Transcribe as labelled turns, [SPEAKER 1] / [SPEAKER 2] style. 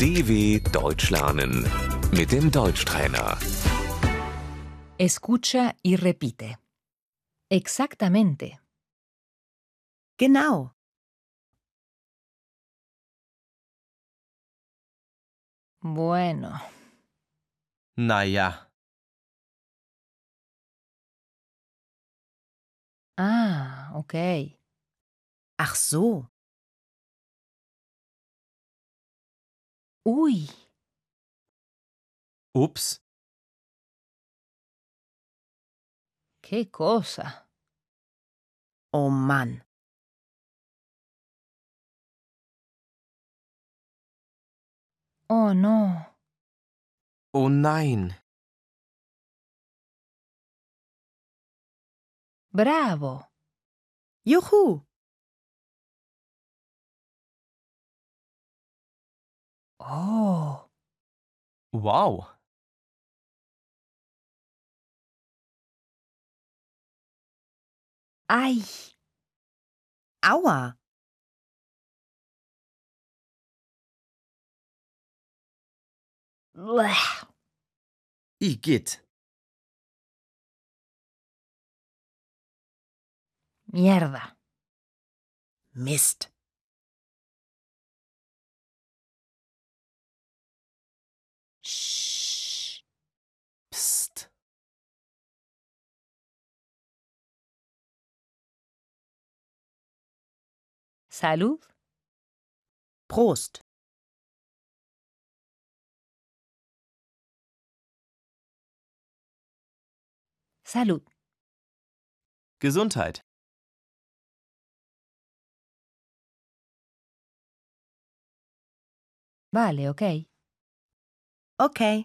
[SPEAKER 1] DW Deutsch lernen mit dem Deutschtrainer.
[SPEAKER 2] Escucha y repite. Exactamente.
[SPEAKER 3] Genau,
[SPEAKER 2] Bueno.
[SPEAKER 4] Naja,
[SPEAKER 2] Ah, ok.
[SPEAKER 3] ach so,
[SPEAKER 2] Uy,
[SPEAKER 4] ups,
[SPEAKER 2] qué cosa.
[SPEAKER 3] oh Mann,
[SPEAKER 2] Oh, no.
[SPEAKER 4] oh nein,
[SPEAKER 2] Bravo.
[SPEAKER 3] juhu,
[SPEAKER 2] Oh,
[SPEAKER 4] wow,
[SPEAKER 2] ay,
[SPEAKER 3] aua,
[SPEAKER 2] bleh,
[SPEAKER 4] igitt,
[SPEAKER 2] mierda.
[SPEAKER 3] Mist,
[SPEAKER 2] Shh.
[SPEAKER 4] psst,
[SPEAKER 2] Salud.
[SPEAKER 3] Prost,
[SPEAKER 2] Salud.
[SPEAKER 4] Gesundheit,
[SPEAKER 2] Vale, ok.
[SPEAKER 3] okay,